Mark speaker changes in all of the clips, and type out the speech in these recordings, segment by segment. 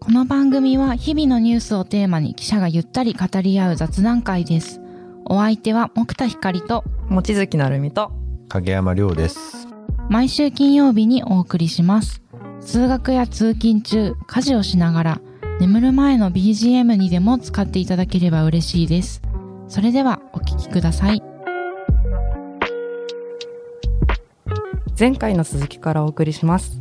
Speaker 1: この番組は日々のニュースをテーマに記者がゆったり語り合う雑談会です。お相手は木田光と
Speaker 2: 望月なるみと
Speaker 3: 影山亮です。
Speaker 1: 毎週金曜日にお送りします。通学や通勤中、家事をしながら眠る前の BGM にでも使っていただければ嬉しいです。それではお聞きください。
Speaker 2: 前回の続きからお送りします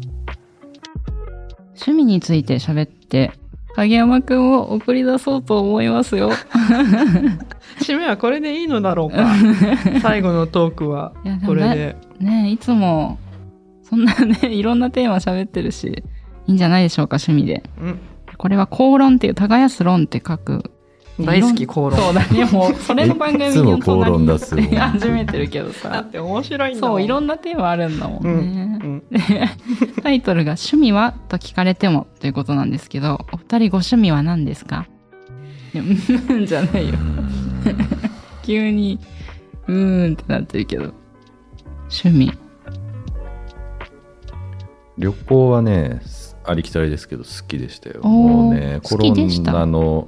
Speaker 1: 趣味について喋って、
Speaker 4: 影山くんを送り出そうと思いますよ。
Speaker 5: 締めはこれでいいのだろうか最後のトークはい
Speaker 4: やで
Speaker 5: こ
Speaker 4: も
Speaker 5: れ
Speaker 4: ね
Speaker 5: で
Speaker 4: ねいつもそんなねいろんなテーマ喋ってるしいいんじゃないでしょうか趣味で。
Speaker 5: うん
Speaker 4: これは公論っていう耕す論って書く。
Speaker 2: 大好き口論
Speaker 4: そうだねもうそれの番組
Speaker 3: いつも
Speaker 4: の
Speaker 3: 口論出す
Speaker 4: 隣に 始めてるけど
Speaker 5: だ
Speaker 4: さ
Speaker 5: っ。て面白いんだも
Speaker 4: そういろ
Speaker 5: ん
Speaker 4: んなテーマあるんだもんね。
Speaker 5: うん
Speaker 4: タイトルが「趣味は?」と聞かれてもということなんですけどお二人ご趣味は何ですかいやうーんじゃないよ。急にうーんってなってるけど趣味
Speaker 3: 旅行はね、すありきたりですけど、好きでしたよ。
Speaker 4: おー
Speaker 3: もうね、コ
Speaker 4: 好
Speaker 3: ロ
Speaker 4: きでした
Speaker 3: ナの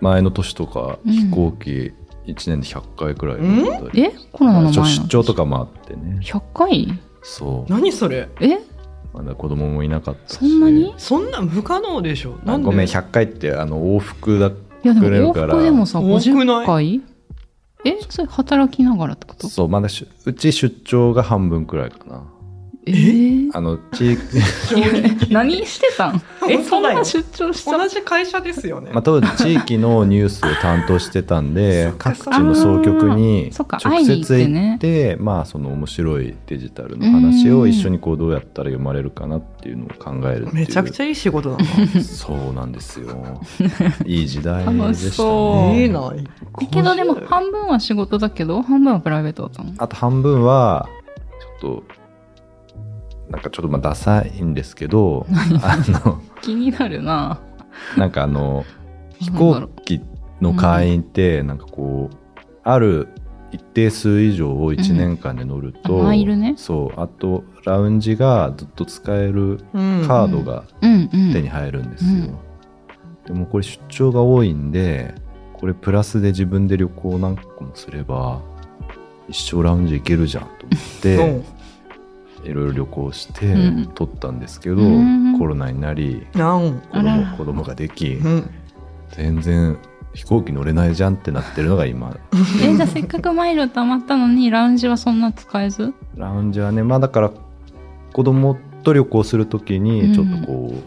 Speaker 3: 前の年とか、
Speaker 4: うん
Speaker 3: 飛行機1年で100回くらい乗ったり
Speaker 4: えコロナ
Speaker 3: ま
Speaker 4: の
Speaker 3: あ
Speaker 4: 前
Speaker 3: 出
Speaker 4: の
Speaker 3: 張とかもあってね。
Speaker 4: 100回
Speaker 3: そう。
Speaker 5: 何それ
Speaker 4: え
Speaker 3: まだ子供もいなかったし。
Speaker 4: そんなに
Speaker 5: そんなん不可能でしょな
Speaker 3: あ
Speaker 5: んで
Speaker 3: ごめん、100回ってあの往復だ。
Speaker 4: いやでも
Speaker 3: くれる
Speaker 4: 往
Speaker 3: から
Speaker 4: 復でもさ
Speaker 5: 多くな
Speaker 4: 50
Speaker 5: い
Speaker 4: 回えそれ働きながらってこと
Speaker 3: そう、まだしうち出張が半分くらいかな。
Speaker 4: えー、
Speaker 3: あの、地域、
Speaker 4: 何してた んえ
Speaker 5: 本
Speaker 4: そ
Speaker 5: 当
Speaker 4: ん
Speaker 5: だ
Speaker 4: な
Speaker 5: よ
Speaker 4: 出張しちゃ
Speaker 5: 同
Speaker 4: っ
Speaker 5: じ会社ですよね、
Speaker 3: まあ、当時地域のニュースを担当してたん で各地
Speaker 5: か
Speaker 3: の総局に
Speaker 4: あーそっか
Speaker 3: 直接行って
Speaker 4: 会いに行って
Speaker 3: まあ、その面白いデジタルの話を一緒にこうどうやったら読まれるかなっていうのを考えるっていう
Speaker 5: めちゃくちゃいい仕事だな、
Speaker 3: そうなんです よいい時代
Speaker 4: 楽
Speaker 3: で
Speaker 4: し
Speaker 3: した
Speaker 4: そう
Speaker 5: い
Speaker 3: ね
Speaker 5: いな
Speaker 4: たけどでも
Speaker 5: 面白い
Speaker 4: 半分は仕事だけど半分はプライベートだったの
Speaker 3: あと半分はちょっとなんかちょっとまあダサいんですけ どあの
Speaker 4: 気になるな
Speaker 3: なんかあの飛
Speaker 4: な
Speaker 3: 行
Speaker 4: んだろ
Speaker 3: 機の会員ってなんかこう、ある一定数以上を1年間で乗ると、
Speaker 4: うんあマイルね
Speaker 3: そうあとラウンジがずっと使える
Speaker 5: うん
Speaker 3: カードが
Speaker 4: ううんうん
Speaker 3: 手に入るんですよ、
Speaker 4: うん
Speaker 3: でもこれ出張が多いんでこれプラスで自分で旅行なんかもすれば一生ラウンジ行けるじゃんと思って、
Speaker 5: うん
Speaker 3: いろいろ旅行して
Speaker 4: うん
Speaker 3: 撮ったんですけど、
Speaker 4: うん
Speaker 3: コロナになり
Speaker 5: なん
Speaker 3: 子
Speaker 4: あらら
Speaker 3: 供子供ができ、
Speaker 5: うん
Speaker 3: 全然飛行機乗れないじゃんってなってるのが今
Speaker 4: えじゃあせっかくマイル貯まったのにラウンジはそんな使えず
Speaker 3: ラウンジはねまあだから子供と旅行するときにちょっとこう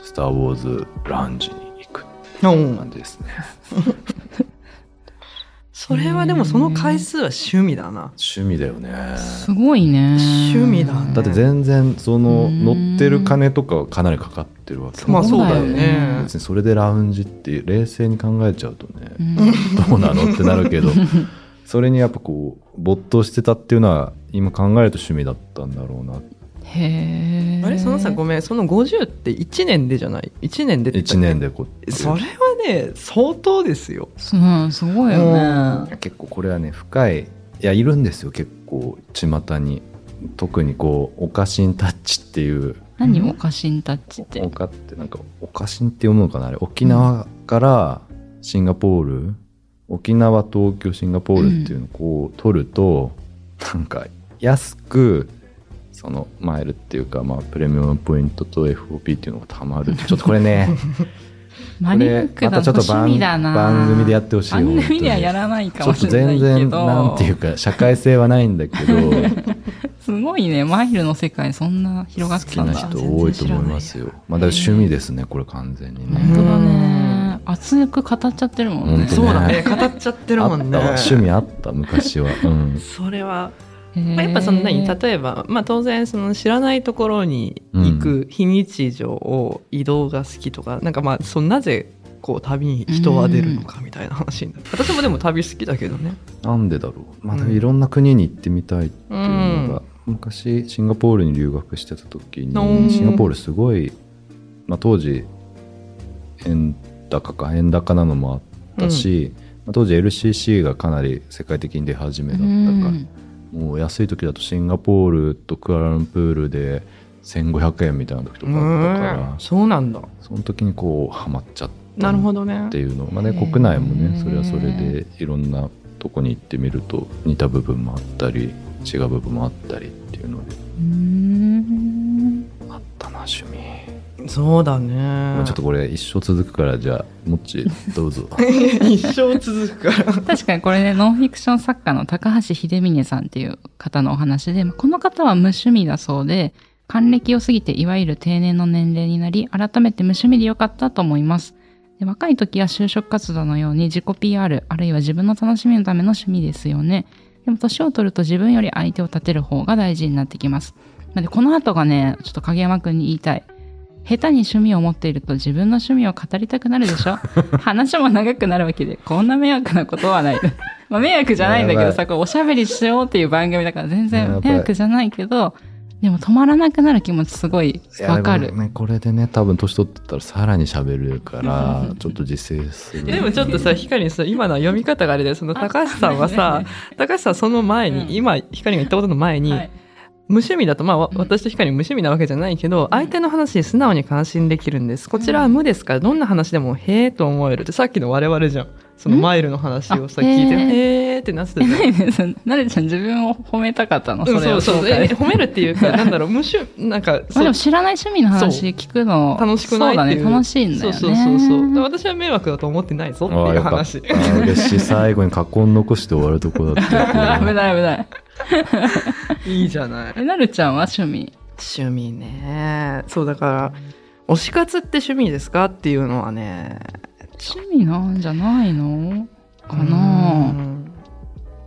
Speaker 3: 「スター・ウォーズ・ラウンジ」に行く
Speaker 5: う
Speaker 3: 感
Speaker 5: ん
Speaker 3: じですね
Speaker 5: それはでもその回数は趣味だな
Speaker 3: 趣味だよね
Speaker 4: すごいね
Speaker 5: 趣味だね
Speaker 3: だって全然その
Speaker 4: うん
Speaker 3: 乗ってる金とかかなりかかってるわけ
Speaker 5: まあそう
Speaker 4: だ
Speaker 5: だよ
Speaker 4: よね
Speaker 5: ね
Speaker 3: 別にそれでラウンジって冷静に考えちゃうと
Speaker 4: う
Speaker 3: ね
Speaker 4: ん
Speaker 3: どうなのってなるけどそれにやっぱこう没頭してたっていうのは今考えると趣味だったんだろうな
Speaker 4: へえ
Speaker 5: あれそのさごめんその50って1年でじゃない1年でって言ったっ
Speaker 3: 1
Speaker 5: け
Speaker 3: 年でこう
Speaker 5: それはね相当ですよ
Speaker 4: すうんすごいよね
Speaker 3: 結構これはね深いいやいるんですよ結構巷に特にこう「おかしんタッチ」っていう
Speaker 4: 何おかしんタッチって
Speaker 3: おかってなんかおかしんって読むのかなあれ沖縄からシンガポール、沖縄東京シンガポールっていうのをこう取ると、なんか安くそのマイルっていうか、まあ、プレミアムポイントと FOP っていうのがたまるちょっとこれ ねこ
Speaker 4: マニア
Speaker 3: れ
Speaker 4: ック
Speaker 3: ま
Speaker 4: だ
Speaker 3: た
Speaker 4: な
Speaker 3: ちょっと
Speaker 4: 趣味
Speaker 3: 番
Speaker 4: だな
Speaker 3: 番組でやってほしい
Speaker 4: 番組ではや
Speaker 3: 本
Speaker 4: らない
Speaker 3: 当に
Speaker 4: かも
Speaker 3: ちょ
Speaker 4: し
Speaker 3: っと
Speaker 4: れない
Speaker 3: 全
Speaker 4: けど
Speaker 3: 然なんていうか社会性はないんだけ ど
Speaker 4: すごいねマイルの世界そんな広がっ
Speaker 3: 好
Speaker 4: て
Speaker 3: き
Speaker 4: たん
Speaker 3: な
Speaker 4: だ
Speaker 3: 人多いと思いますよまあだから趣味ですねこれ完全にね、
Speaker 4: 本当だ
Speaker 5: う
Speaker 4: ね熱く語っちゃってるもん
Speaker 3: 本
Speaker 4: ね
Speaker 3: 当
Speaker 5: そうだ
Speaker 3: ね
Speaker 5: ね語っちゃってる
Speaker 3: あ
Speaker 5: も
Speaker 3: ったわ
Speaker 5: んね
Speaker 3: 趣味あった昔は、 うん、
Speaker 5: それは、まあ、
Speaker 4: や
Speaker 5: やっぱその何例えば、まあ、当然その知らないところに行く非日常を移動が好きとか、なんかまあそのなぜこう旅に人は出るのかみたいな話になる、私もでも旅好きだけどね
Speaker 3: なんでだろうまあ
Speaker 5: うん
Speaker 3: でもいろんな国に行ってみたいって
Speaker 5: う
Speaker 3: いうの
Speaker 5: ん
Speaker 3: が、昔シンガポールに留学してた時
Speaker 5: うん
Speaker 3: にシンガポールすごい、まあ、当時円高か円高なのもあったし、まあ、当時 LCC がかなり世界的に出始めだったから、もう安い時だとシンガポールとクアラルンプールで1500円みたいな時と
Speaker 5: う
Speaker 3: かあったから、
Speaker 5: んそうなんだ
Speaker 3: その時にこうハマっちゃった
Speaker 5: なるほ
Speaker 3: っ
Speaker 5: どね
Speaker 3: ていうの、まあね、
Speaker 4: うん
Speaker 3: 国内もねそれはそれでいろんなとこに行ってみると似た部分もあったり違う部分もあったりっていうので
Speaker 4: うん
Speaker 3: あったな趣味、
Speaker 5: そうだ
Speaker 3: ま
Speaker 5: ね
Speaker 3: あ ちょっとこれ一生続くからじゃあもっ ちどうぞ
Speaker 5: 一生続くから
Speaker 4: 確かにこれね、ノンフィクション作家の高橋秀峰さんっていう方のお話で、まあこの方は無趣味だそうで、還暦を過ぎていわゆる定年の年齢になり、改めて無趣味でよかったと思います。で若い時は就職活動のように自己 PR、あるいは自分の楽しみのための趣味ですよね。でも年を取ると自分より相手を立てる方が大事になってきます。なのでこの後がね、ちょっと影山くんに言いたい。下手に趣味を持っていると自分の趣味を語りたくなるで しょ話も長くなるわけで、こんな迷惑なこと はない。まあ迷惑じゃないんだけ
Speaker 3: やば
Speaker 4: ど
Speaker 3: い
Speaker 4: さ、こうおしゃべりしようっていう番組だから全
Speaker 3: やば
Speaker 4: 然
Speaker 3: い
Speaker 4: 迷惑じゃないけど、でも止まらなくなる気持ちすごい
Speaker 3: いや
Speaker 4: わか
Speaker 3: で
Speaker 4: る
Speaker 3: も。ねこれでね多分年取ってたらさらに喋るからちょっと自制する
Speaker 5: でもちょっとさ光にさ今のは読み方があれでその高橋さんはさ高橋さんその前に、
Speaker 4: うん
Speaker 5: 今光が言ったことの前 に、
Speaker 4: はい
Speaker 5: 無趣味だとまあわ
Speaker 4: うん
Speaker 5: 私と光無趣味なわけじゃないけど、相手の話に素直に関心できるんですこちらは無ですからどんな話でもへえと思えるってさっきの我々じゃんその
Speaker 4: ん
Speaker 5: マイルの話をさ
Speaker 4: あ
Speaker 5: 聞いて
Speaker 4: へー
Speaker 5: へえってなってた
Speaker 4: え、
Speaker 5: じゃん
Speaker 4: な。いです。なるちゃん自分を褒めたかったのそ
Speaker 5: うん
Speaker 4: れ
Speaker 5: そ
Speaker 4: を
Speaker 5: うそう
Speaker 4: 紹介
Speaker 5: え褒めるっていう かなんだろう無趣なんか
Speaker 4: まあ
Speaker 5: そ
Speaker 4: で
Speaker 5: う
Speaker 4: も知らない趣味の話聞くの
Speaker 5: 楽しくないって
Speaker 4: そ
Speaker 5: いう
Speaker 4: うだね楽しいんだよね
Speaker 5: そうそうそうそうで私は迷惑だと思ってないぞって
Speaker 3: ああ
Speaker 5: いう
Speaker 3: よかっ
Speaker 5: 話
Speaker 3: た嬉しい最後に囲ん残して終わるとこだった
Speaker 4: 危ない危ない。
Speaker 5: いいじゃない
Speaker 4: え、なるちゃんは趣味
Speaker 5: 趣味ねそうだから推し活って趣味ですかっていうのはね
Speaker 4: 趣味なんじゃないのか
Speaker 5: う
Speaker 4: なん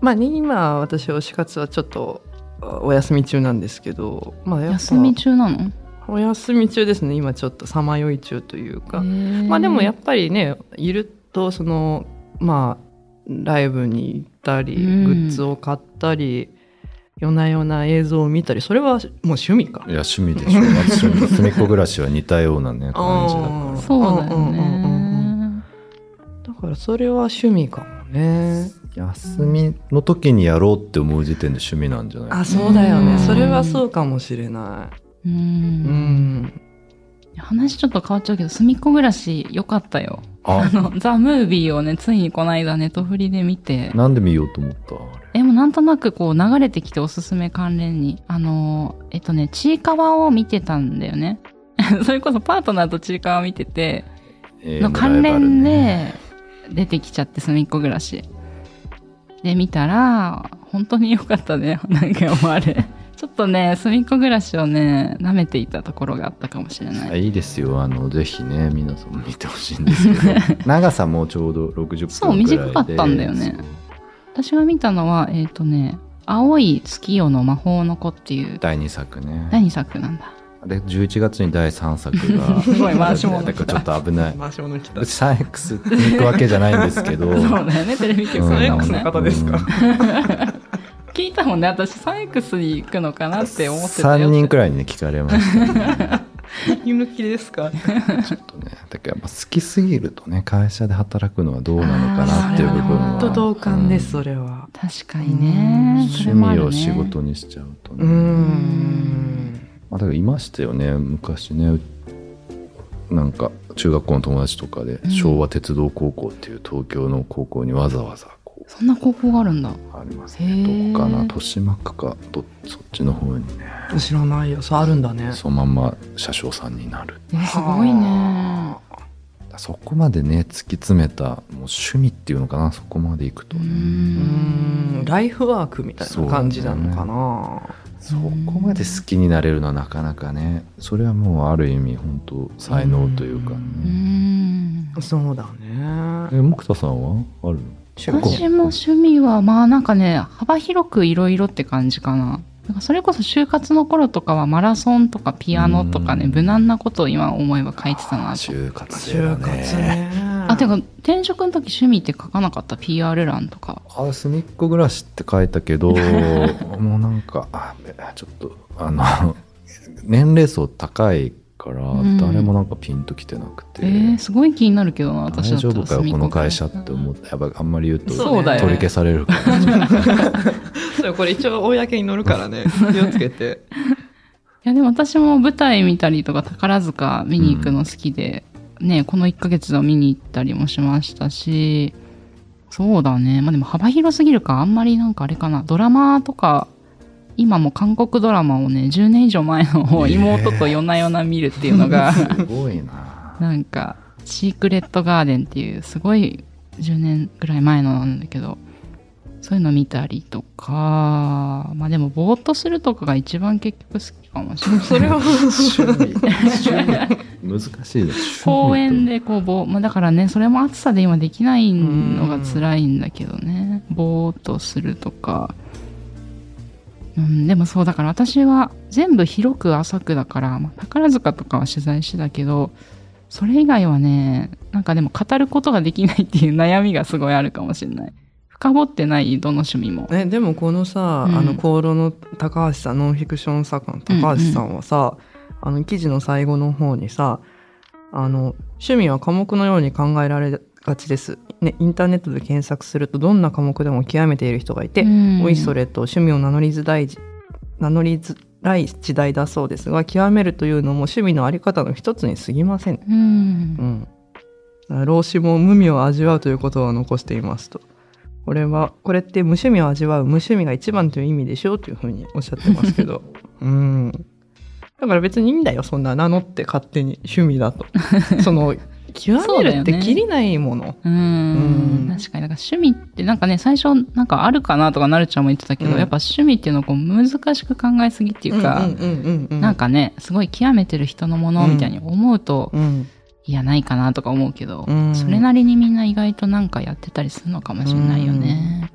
Speaker 5: まあね今私推し活はちょっとお休み中なんですけど、まあ、やっぱ
Speaker 4: 休み中なの
Speaker 5: お休み中ですね今ちょっとさまよい中というか、まあでもやっぱりねいるとそのまあライブに行ったり、
Speaker 4: うん
Speaker 5: グッズを買ったり夜な夜な映像を見たりそれはもう趣味か
Speaker 3: いや趣味でしょ私の隅っこ暮らしは似たようなね感じだ
Speaker 5: あ
Speaker 3: か
Speaker 5: ー
Speaker 4: そうだよ
Speaker 5: うんうんうん
Speaker 4: ね。
Speaker 5: だからそれは趣味かもね
Speaker 3: ら休みの時にやろうって思う時点で趣味なんじゃない
Speaker 5: あそうだよ
Speaker 4: うん
Speaker 5: ねそれはそうかもしれな
Speaker 4: う。
Speaker 5: いうんん
Speaker 4: 話ちょっと変わっちゃうけど、すみっこ暮らし良かったよ。あ
Speaker 3: あ
Speaker 4: の、ザ・ムービーをね、ついにこの間ネトフリで見て。
Speaker 3: なんで見ようと思ったあれ
Speaker 4: でもなんとなくこう流れてきておすすめ関連に。あのー、えっとね、ちいかわを見てたんだよね。 それこそパートナーとちいかわ見てて、
Speaker 3: えー
Speaker 4: の関
Speaker 3: ライバル
Speaker 4: 連
Speaker 3: ね
Speaker 4: で出てきちゃって、すみっこ暮らし。で、見たら、本当に良かったね。 なんかもうあれ。ちょっとね、すみっこ暮らしをね、舐めていたところがあったかもしれない。
Speaker 3: あいいですよあのぜひね皆さんも見てほしいんです けど長さもちょうど60分くらいで
Speaker 4: そう短かったんだよね私が見たのは、えっ、とね、青い月夜の魔法の子っていう、
Speaker 3: 第2作ね
Speaker 4: 何作なんだ
Speaker 3: で11月に第3作が
Speaker 4: すごい回し物
Speaker 3: だからちょっと危ない
Speaker 5: 回し物来た
Speaker 3: うちサイクスに行くわけじゃないんですけど
Speaker 4: そうだよね、テレビ局
Speaker 3: うん
Speaker 4: の
Speaker 5: サイ
Speaker 4: や
Speaker 5: ク
Speaker 4: つ
Speaker 5: ス
Speaker 4: ね
Speaker 5: の。方ですか
Speaker 4: 聞いたもんね、私、サイクスに行くのかなって思ってたよ。
Speaker 3: 3人くらいにね聞かれました
Speaker 5: 息抜きですか
Speaker 3: ちょっとねだからやっぱ好きすぎるとね会社で働くのはどうなのかなっていう部分は
Speaker 5: 本当同感です
Speaker 3: うん
Speaker 5: それは
Speaker 4: 確かにね。
Speaker 3: 趣
Speaker 4: それもあ
Speaker 3: 味
Speaker 4: る
Speaker 3: を
Speaker 4: ね
Speaker 3: 仕事にしちゃうとね、
Speaker 5: うん
Speaker 3: まあ、だからいましたよね昔ねなんか中学校の友達とかで
Speaker 4: ん
Speaker 3: 昭和鉄道高校っていう東京の高校にわざわざこ
Speaker 4: そんな高校があるんだ。
Speaker 3: うあります
Speaker 4: へー
Speaker 3: ねどこかな豊島区かどそっちの方にね
Speaker 5: 知らないよそうあるんだね
Speaker 3: そのまんま車掌さんになる
Speaker 4: えすごいね。
Speaker 3: そこまでね突き詰めたもう趣味っていうのかなそこまでいくと
Speaker 4: う。
Speaker 3: ね、
Speaker 5: うんんライフワークみたいな感じなのかな、
Speaker 3: そこまで好きになれるのはなかなかねそれはもうある意味本当才能というか
Speaker 4: う
Speaker 3: ね、
Speaker 4: ん
Speaker 5: そうだね
Speaker 3: え木田さんはあるの
Speaker 5: 趣
Speaker 3: こ
Speaker 4: 私も趣味はまあなんかね幅広くいろいろって感じかななんかそれこそ就活の頃とかはマラソンとかピアノとかね
Speaker 3: うん
Speaker 4: 無難なことを今思えば書いてたなと
Speaker 3: 就活生だ
Speaker 5: 就
Speaker 3: ね
Speaker 5: 活ね
Speaker 4: あてか転職の時趣味って書かなかった PR 欄とか
Speaker 3: あ隅っこ暮らしって書いたけ どもうなんかあちょっとあの 年齢層高いから
Speaker 4: うん
Speaker 3: 誰もなんかピンときてなくて、
Speaker 4: えー、すごい気になるけどな私だ
Speaker 3: 大
Speaker 4: った
Speaker 3: 丈
Speaker 4: ら
Speaker 3: 夫かよ
Speaker 4: 隅っ
Speaker 3: この会社
Speaker 4: ら
Speaker 3: って思ってやばいあんまり言うと
Speaker 4: そうだよね
Speaker 3: 取り消されるから、
Speaker 5: そうよこれ一応公に乗るからね気をつけて
Speaker 4: やでも私も舞台見たりとか宝塚見に行くの好きで、ねこの1ヶ月では見に行ったりもしましたしそうだねまあでも幅広すぎるかあんまりなんかあれかなドラマとか今も韓国ドラマをね10年以上前のを
Speaker 3: ええ
Speaker 4: 妹と夜な夜な見るっていう のが、
Speaker 3: すごいな
Speaker 4: なんか「シークレット・ガーデン」っていうすごい10年ぐらい前のなんだけどそういうの見たりとかまあでもぼーっとするとかが一番結局好きかもしれない
Speaker 5: それは
Speaker 3: 趣味難しいです
Speaker 4: 公園でこうぼー、まあ、だからねそれも暑さで今できないのが辛いんだけどねぼーっとするとか、うん、でもそうだから私は全部広く浅くだから、まあ宝塚とかは取材してたけどそれ以外はねなんかでも語ることができないっていう悩みがすごいあるかもしれない深掘ってないどの趣味も
Speaker 5: ね、でもこのさ、
Speaker 4: うん
Speaker 5: あの香炉の高橋さんノンフィクション作家の高橋さんはさ、あの記事の最後の方にさあの趣味は科目のように考えられがちです、ね、インターネットで検索するとどんな科目でも極めている人がいて、
Speaker 4: うん
Speaker 5: おいそれと趣味を名乗りづらいじ名乗りづらい時代だそうですが極めるというのも趣味のあり方の一つに過ぎません、
Speaker 4: うん
Speaker 5: うん、老子も無味を味わうということは残していますとこれはこれって無趣味を味わう無趣味が一番という意味でしょうというふうにおっしゃってますけ どうんだから別にいいんだよそんな名乗って勝手に趣 味だとその極めるってきりないもの、
Speaker 4: うーん
Speaker 5: うん
Speaker 4: 確かにだから趣味ってなんかね最初なんかあるかなとかなるちゃんも言ってたけど、
Speaker 5: うん
Speaker 4: やっぱ趣味っていうのをこう難しく考えすぎっていうか、
Speaker 5: うんうんうんうん
Speaker 4: なんかねすごい極めてる人のものみたいに思うと、
Speaker 5: うん
Speaker 4: いやないかなとか思うけど、
Speaker 5: うん
Speaker 4: それなりにみんな意外となんかやってたりするのかもしれないよね。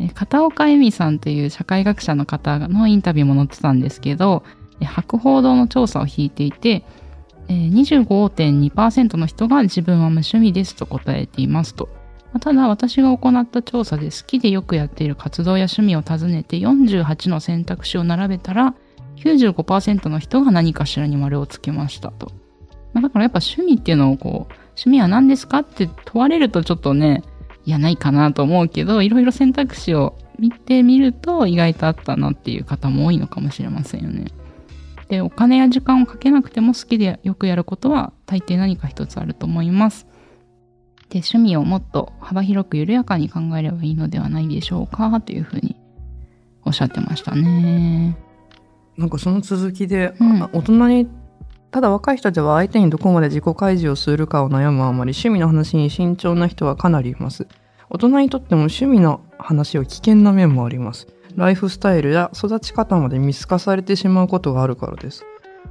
Speaker 4: え片岡恵美さんという社会学者の方のインタビューも載ってたんですけどえ博報堂の調査を引いていてえー25.2%の人が自分は無趣味ですと答えていますと。まあただ私が行った調査で好きでよくやっている活動や趣味を尋ねて48の選択肢を並べたら95%の人が何かしらに丸をつけましたと。まあだからやっぱ趣味っていうのをこう、趣味は何ですかって問われるとちょっとね、いやないかなと思うけど、いろいろ選択肢を見てみると意外とあったなっていう方も多いのかもしれませんよね。で、お金や時間をかけなくても好きでよくやることは大抵何か一つあると思います。で、趣味をもっと幅広く緩やかに考えればいいのではないでしょうかというふうにおっしゃってましたね。
Speaker 5: なんかその続きで、
Speaker 4: うん
Speaker 5: あ大人にただ若い人では相手にどこまで自己開示をするかを悩むあまり趣味の話に慎重な人はかなりいます大人にとっても趣味の話を危険な面もありますライフスタイルや育ち方まで見透かされてしまうことがあるからです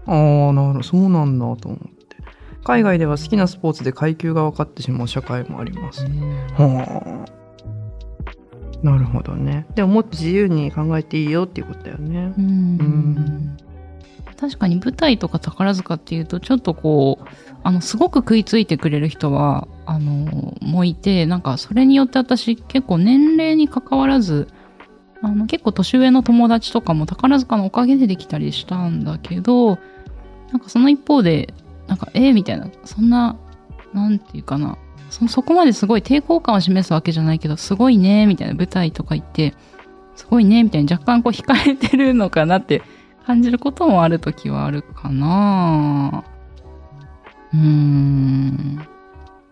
Speaker 5: ああなるほどそうなんだと思って海外では好きなスポーツで階級が分かってしまう社会もありますはあなるほどねでももっと自由に考えていいよっていうことだよね
Speaker 4: うん
Speaker 5: ん
Speaker 4: 確かに舞台とか宝塚っていうとちょっとこうあのすごく食いついてくれる人はあのもういてなんかそれによって私結構年齢に関わらずあの結構年上の友達とかも宝塚のおかげでできたりしたんだけどなんかその一方でなんかえー、みたいなそんななんていうかなそそこまですごい抵抗感を示すわけじゃないけどすごいねみたいな舞台とか行ってすごいねみたいに若干こう惹かれてるのかなって感じることもある時はあるかなうーん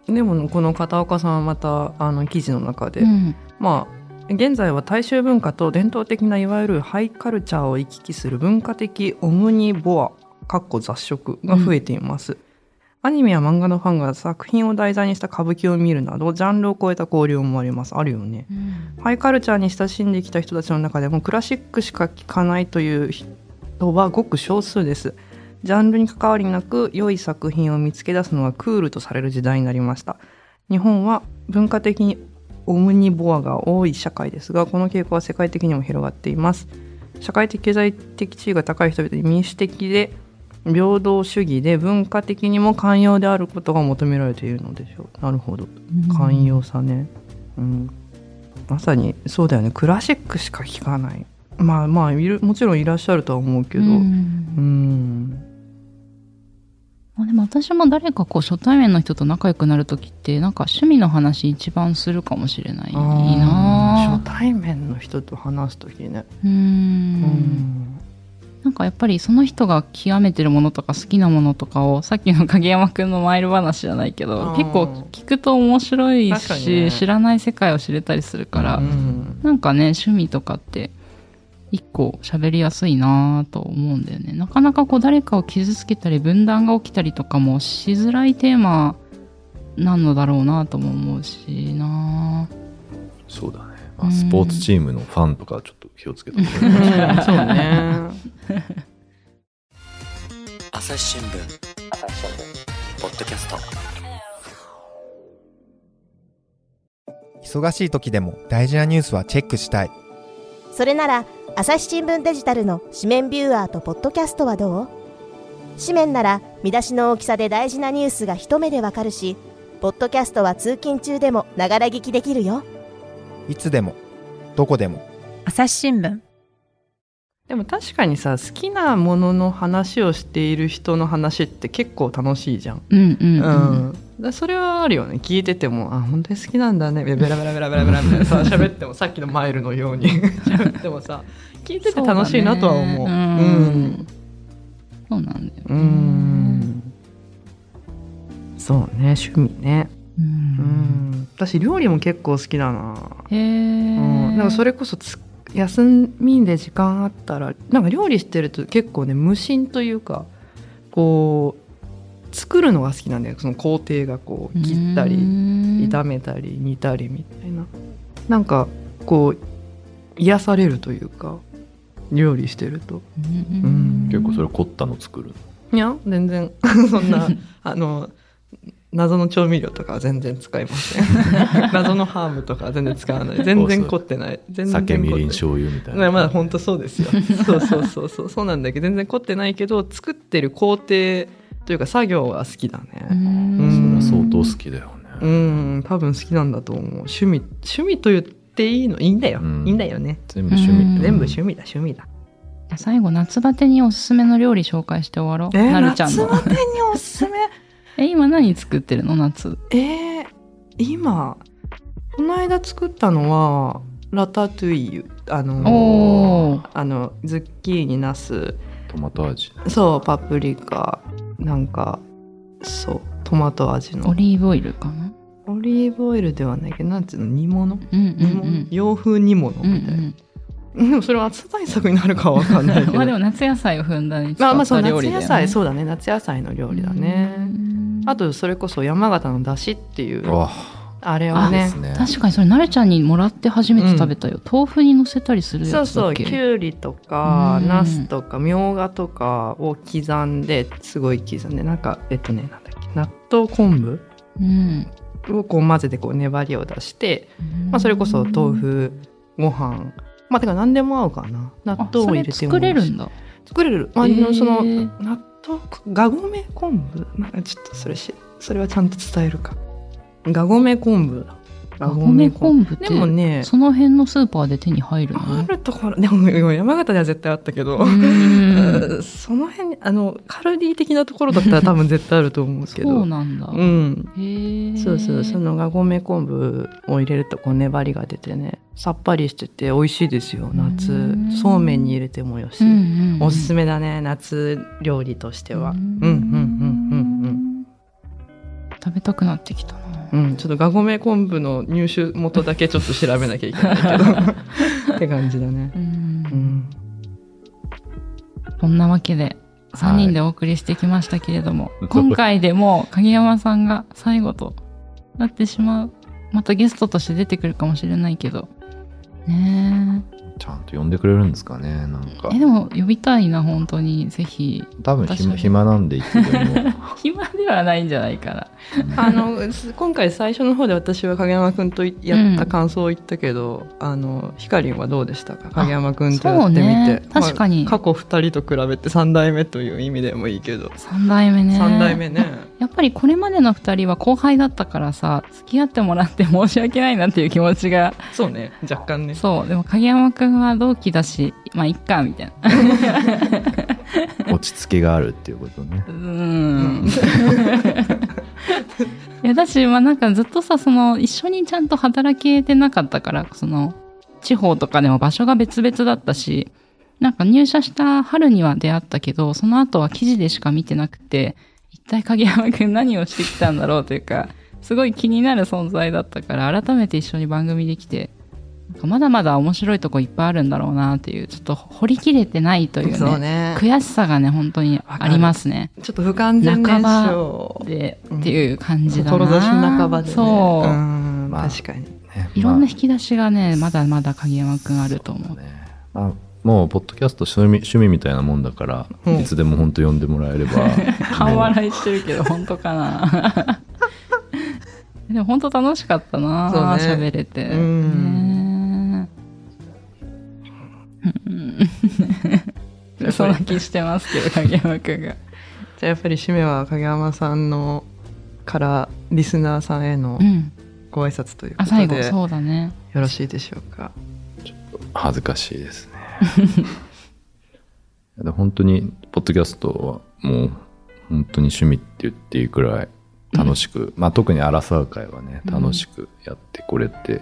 Speaker 5: でもこの片岡さんはまたあの記事の中で、
Speaker 4: うん
Speaker 5: まあ現在は大衆文化と伝統的ないわゆるハイカルチャーを行き来する文化的オムニボアかっこ雑食が増えています、アニメや漫画のファンが作品を題材にした歌舞伎を見るなどジャンルを超えた交流もありますあるよねハイカルチャーに親しんできた人たちの中でもクラシックしか聴かないという人はごく少数です。ジャンルに関わりなく良い作品を見つけ出すのがクールとされる時代になりました。日本は文化的にオムニボアが多い社会ですが、この傾向は世界的にも広がっています。社会的経済的地位が高い人々に民主的で平等主義で文化的にも寛容であることが求められているのでしょう。なるほど。寛容さね、うん、まさにそうだよねクラシックしか聴かないまあまあいるもちろんいらっしゃるとは思うけどう
Speaker 4: うんんまあ、でも私も誰かこう初対面の人と仲良くなる時ってなんか趣味の話一番するかもしれない
Speaker 5: あー
Speaker 4: な
Speaker 5: 初対面の人と話す時ね
Speaker 4: うーん
Speaker 5: うん
Speaker 4: なんかやっぱりその人が極めてるものとか好きなものとかをさっきの影山くんのマイル話じゃないけど
Speaker 5: あー
Speaker 4: 結構聞くと面白い
Speaker 5: 確かに
Speaker 4: し、
Speaker 5: ね
Speaker 4: 知らない世界を知れたりするから、
Speaker 5: うん
Speaker 4: なんかね趣味とかって一個喋りやすいなぁと思うんだよねなかなかこう誰かを傷つけたり分断が起きたりとかもしづらいテーマなのだろうなとも思うしなぁ
Speaker 3: そうだね、ま
Speaker 4: う
Speaker 3: あ、
Speaker 4: ん
Speaker 3: スポーツチームのファンとかはちょっと気をつけた方がいい
Speaker 5: うんそうね。
Speaker 6: 朝日新聞ポッドキャスト
Speaker 7: 忙しい時でも大事なニュースはチェックしたい
Speaker 8: それなら朝日新聞デジタルの紙面ビューアーとポッドキャストはどう紙面なら見出しの大きさで大事なニュースが一目でわかるしポッドキャストは通勤中でもながら聞きできるよ
Speaker 7: いつでもどこでも
Speaker 9: 朝日新聞
Speaker 5: でも確かにさ好きなものの話をしている人の話って結構楽しいじゃん。
Speaker 4: うんうん
Speaker 5: う
Speaker 4: うん、
Speaker 5: んだそれはあるよね聞いててもあ本当に好きなんだねベラベラベラベラベラベラさ喋ってもさっきのマイルのように 喋ってもさ聞いてて楽しいなとは思う。
Speaker 4: そううだね
Speaker 5: ん
Speaker 4: そうなんだよ
Speaker 5: うーんそうね趣味ね
Speaker 4: う
Speaker 5: うんん私料理も結構好きだな
Speaker 4: へえ、
Speaker 5: うん、なんかそれこそつ休みで時間あったらなんか料理してると結構ね無心というかこう作るのが好きなんだよその工程がこう切ったり炒
Speaker 4: 炒
Speaker 5: めたり煮たりみたいななんかこう癒されるというか料理してるとうん
Speaker 3: 結構それ凝ったの作る
Speaker 5: いや全然 そんなあの謎の調味料とかは全然使いません謎のハーブとかは全然使わない全然凝ってない全然凝って
Speaker 3: 酒
Speaker 5: ない
Speaker 3: みりん醤油みたい
Speaker 5: ね
Speaker 3: な、
Speaker 5: まあ本当そうですよそうそうそうそうそうなんだけど全然凝ってないけど作ってる工程というか作業は好きだねうん
Speaker 3: それは相当好きだよ
Speaker 5: う
Speaker 3: ね、
Speaker 5: ん多分好きなんだと思う趣味趣味と言っていいのいいんだよ、
Speaker 3: うん
Speaker 5: いいんだよね
Speaker 3: 全部趣味、
Speaker 4: うん
Speaker 5: 全部趣味だ趣味だ、
Speaker 4: 最後夏バテにおすすめの料理紹介して終わろう、
Speaker 5: えー
Speaker 4: なるちゃん
Speaker 5: 夏
Speaker 4: の
Speaker 5: バテにおすすめ
Speaker 4: え今何作ってるの夏
Speaker 5: えー、今この間作ったのはラタトゥイユあの
Speaker 4: おお
Speaker 5: あのズッキーニナス
Speaker 3: トマト味
Speaker 5: そうパプリカなんかそうトマト味の
Speaker 4: オリーブオイルかな
Speaker 5: オリーブオイルではないけどなんていうの煮物
Speaker 4: うんう
Speaker 5: 煮物、
Speaker 4: ん
Speaker 5: 洋風煮物
Speaker 4: うんうん
Speaker 5: みたいな、でもそれは暑さ対策になるかはわかんないけ
Speaker 4: うん
Speaker 5: ど
Speaker 4: まあでも夏野菜をふんだんに使
Speaker 5: まあま
Speaker 4: っ
Speaker 5: あそ
Speaker 4: た
Speaker 5: う夏
Speaker 4: 料理だよ、ね
Speaker 5: 野菜そうだね夏野菜の料理だね、
Speaker 4: うん
Speaker 5: あとそれこそ山形のだしっていう
Speaker 3: あ
Speaker 5: あれを
Speaker 3: で
Speaker 5: ね
Speaker 3: すね
Speaker 4: 確かにそれなるちゃんにもらって初めて食べたよ、豆腐にのせたりする
Speaker 5: そ
Speaker 4: や
Speaker 5: う
Speaker 4: つだ
Speaker 5: そ
Speaker 4: っ
Speaker 5: う
Speaker 4: け
Speaker 5: きゅうりとか
Speaker 4: うん
Speaker 5: なすとかみょうがとかを刻んですごい刻んでなんかえっとねなんだっけ納豆昆
Speaker 4: うん
Speaker 5: 布をこう混ぜてこう粘りを出してまあ、それこそ豆腐ご飯まあてか何でも合うかな納豆を入れても
Speaker 4: あそれ作れるんだ
Speaker 5: 作れるまあ、あ
Speaker 4: へー
Speaker 5: のその納豆がごめ昆布なんかちょっとそれしそれはちゃんと伝えるかがごめ昆布だ
Speaker 4: がごめ昆布って
Speaker 5: でもね
Speaker 4: その辺のスーパーで手に入るの
Speaker 5: あるところでも山形では絶 対あったけど、
Speaker 4: うん
Speaker 5: うんその辺にあのカルディ的なところだったら多分絶対あると思うけど
Speaker 4: そうなんだ、
Speaker 5: うん
Speaker 4: へえ
Speaker 5: そうそうそ
Speaker 4: の
Speaker 5: のがごめ昆布を入れるとこう粘りが出てねさっぱりしてて美味しいですよ夏
Speaker 4: うん
Speaker 5: そうめんに入れてもよし、おすすめだね夏料理としてはう
Speaker 4: うんん
Speaker 5: うんうん
Speaker 4: 食べたくなってきたな
Speaker 5: うんうんうんちょっとがごめ昆布の入手元だけちょっと調べなきゃいけないけ どって感じだね
Speaker 4: う
Speaker 5: うんん
Speaker 4: こんなわけで3人でお送りしてきましたけれども、今回でもう影山さんが最後となってしまうまたゲストとして出てくるかもしれないけどね
Speaker 3: ちゃんと呼んでくれるんですかねなんか
Speaker 4: ええでも呼びたいな本当にぜひ
Speaker 3: 多分
Speaker 4: 私
Speaker 3: 暇
Speaker 4: は
Speaker 3: 暇なんでいつでも
Speaker 4: 暇ではないんじゃないかな
Speaker 5: あのす今回最初の方で私は影山君といやった感想を言ったけど、あのひかりんはどうでしたか影山君とやってみて、
Speaker 4: そうね確かに
Speaker 5: まあ過去2人と比べて3代目という意味でもいいけど、
Speaker 4: 3代目ね
Speaker 5: 三3代目ね
Speaker 4: やっぱりこれまでの2人は後輩だったからさ付き合ってもらって申し訳ないなっていう気持ちが
Speaker 5: そうね若干ね
Speaker 4: そうでも影山くんは同期だしまあいっかみたい な
Speaker 3: 落ち着きがあるっていうことね
Speaker 4: うーんいやだしまあなんかずっとさその一緒にちゃんと働けてなかったからその地方とかでも場所が別々だったし
Speaker 1: なんか入社した春には出会ったけど、その後は記事でしか見てなくて、一体影山くん何をしてきたんだろうというか、すごい気になる存在だったから、改めて一緒に番組できて、なんかまだまだ面白いとこいっぱいあるんだろうなっていう、ちょっと掘り切れてないという
Speaker 5: そう
Speaker 1: ね、
Speaker 5: ね。
Speaker 1: 悔しさがね、本当にありますね。
Speaker 5: ちょっと不完全燃焼。
Speaker 1: で、
Speaker 5: うん
Speaker 1: っていう感じだな。
Speaker 5: 志半ばで、ね。
Speaker 1: そう、
Speaker 5: ん
Speaker 3: まあ
Speaker 5: 確かに。
Speaker 1: いろんな
Speaker 3: 人
Speaker 1: 引き出しがね、まだまだ影山くんあると思う。
Speaker 3: ねまあもうポッドキャスト趣味趣味みたいなもんだから、
Speaker 5: うん
Speaker 3: いつでも本当呼んでもらえ れば
Speaker 1: 半笑いしてるけど、本当かな。 でも本当楽しかったな、
Speaker 5: そう
Speaker 1: 喋、
Speaker 5: ね
Speaker 1: れて。
Speaker 5: うん
Speaker 1: ねえ。うん。その気してますけど、影山くんが。
Speaker 5: じゃあやっぱり締めは影山さんのからリスナーさんへの
Speaker 1: うん。
Speaker 5: ご挨拶というこ
Speaker 1: あ、
Speaker 5: と
Speaker 1: 最後、
Speaker 5: で、
Speaker 1: そうだね。
Speaker 5: よろしいでしょうか。
Speaker 3: 恥ずかしいですね いやでも本当にポッドキャストはもう本当に趣味って言っていいくらい楽しく、まあ特にアラサー会はね
Speaker 1: うん
Speaker 3: 楽しくやってこれて、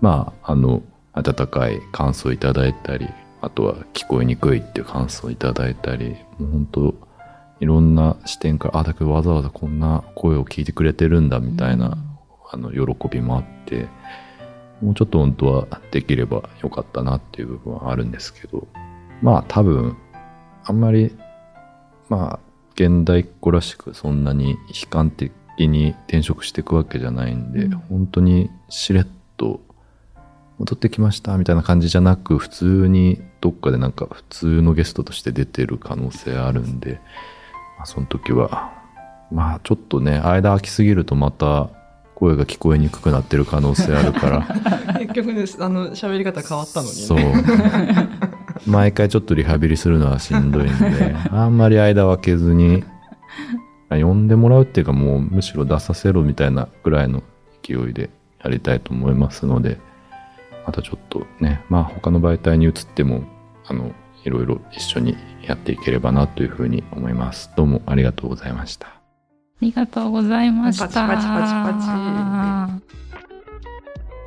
Speaker 3: まああの温かい感想いただいたりあとは聞こえにくいっていう感想いただいたりもう本当いろんな視点からあだけどわざわざこんな声を聞いてくれてるんだみたいな、あの喜びもあってもうちょっと本当はできればよかったなっていう部分はあるんですけどまあ多分あんまりまあ現代っ子らしくそんなに悲観的に転職していくわけじゃないんで、
Speaker 1: うん
Speaker 3: 本当にしれっと戻ってきましたみたいな感じじゃなく普通にどっかでなんか普通のゲストとして出てる可能性あるんで、まあ、その時はまあちょっとね間空きすぎるとまた声が聞こえにくくなってる可能性ある から
Speaker 5: 結局ね、あの喋り方変わったのに、ね。
Speaker 3: そう。毎回ちょっとリハビリするのはしんどいんで、あんまり間を空けずに、呼んでもらうっていうかもうむしろ出させろみたいなぐらいの勢いでやりたいと思いますので、またちょっとね、まあ他の媒体に移っても、あの、いろいろ一緒にやっていければなというふうに思います。どうもありがとうございました。
Speaker 1: ありがとうございました。
Speaker 5: パチパチパチパ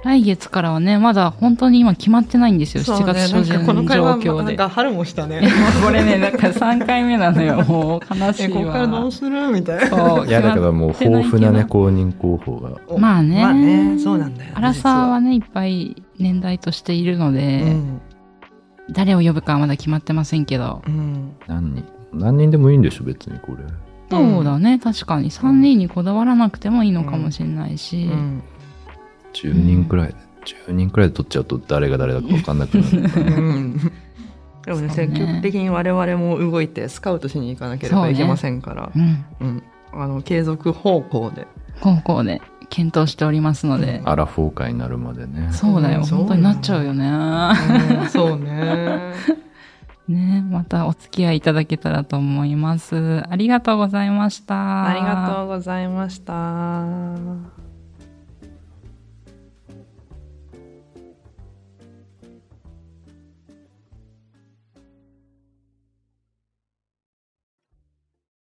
Speaker 1: 来月からはね、まだ本当に今決まってないんですよ、
Speaker 5: そう
Speaker 1: 7月初
Speaker 5: なん
Speaker 1: 旬
Speaker 5: かこの会
Speaker 1: 状
Speaker 5: 話
Speaker 1: 況
Speaker 5: な
Speaker 1: で
Speaker 5: ん。か春もしたね。
Speaker 1: これね、だから3回目なの よ、もう悲し
Speaker 5: え
Speaker 1: い
Speaker 5: ここからど
Speaker 1: わ
Speaker 5: う。するみたいな。
Speaker 1: そう
Speaker 3: いや、だからもう
Speaker 1: 決ま
Speaker 3: 豊
Speaker 1: ってい
Speaker 3: 富
Speaker 1: け
Speaker 3: なね、公認候補が。
Speaker 1: まあね
Speaker 5: まあね、そうなんだよね、
Speaker 1: アラサーは
Speaker 5: ね、
Speaker 1: ね、いっぱい年代としているの
Speaker 5: う
Speaker 1: で、
Speaker 5: ん、
Speaker 1: 誰を呼ぶかはまだ決まってませんけど。
Speaker 5: うん、
Speaker 3: 何人何人でもいいんでしょ、別にこれ。
Speaker 5: うん
Speaker 1: そうだね、確かに。3人にこだわらなくてもいいのかもしれないし。
Speaker 5: うん、
Speaker 3: 10人くらい、10人くらいで取っちゃうと誰が誰だか分かんなくな るから
Speaker 5: う
Speaker 3: ね
Speaker 5: ん。でもね、
Speaker 1: そうね
Speaker 5: 積極的に我々も動いてスカウトしに行かなければいけませんから、
Speaker 1: うん。
Speaker 5: うん、あの継続方向で。
Speaker 1: 高校で検討しておりますので。
Speaker 3: アラフォー会になるまでね
Speaker 1: そうだよ、
Speaker 5: うんそうよ
Speaker 1: 本当になっちゃうよね。
Speaker 5: うんそうね。
Speaker 1: ね、またお付き合いいただけたらと思 います。ありがとうございました。
Speaker 5: ありがとうございました。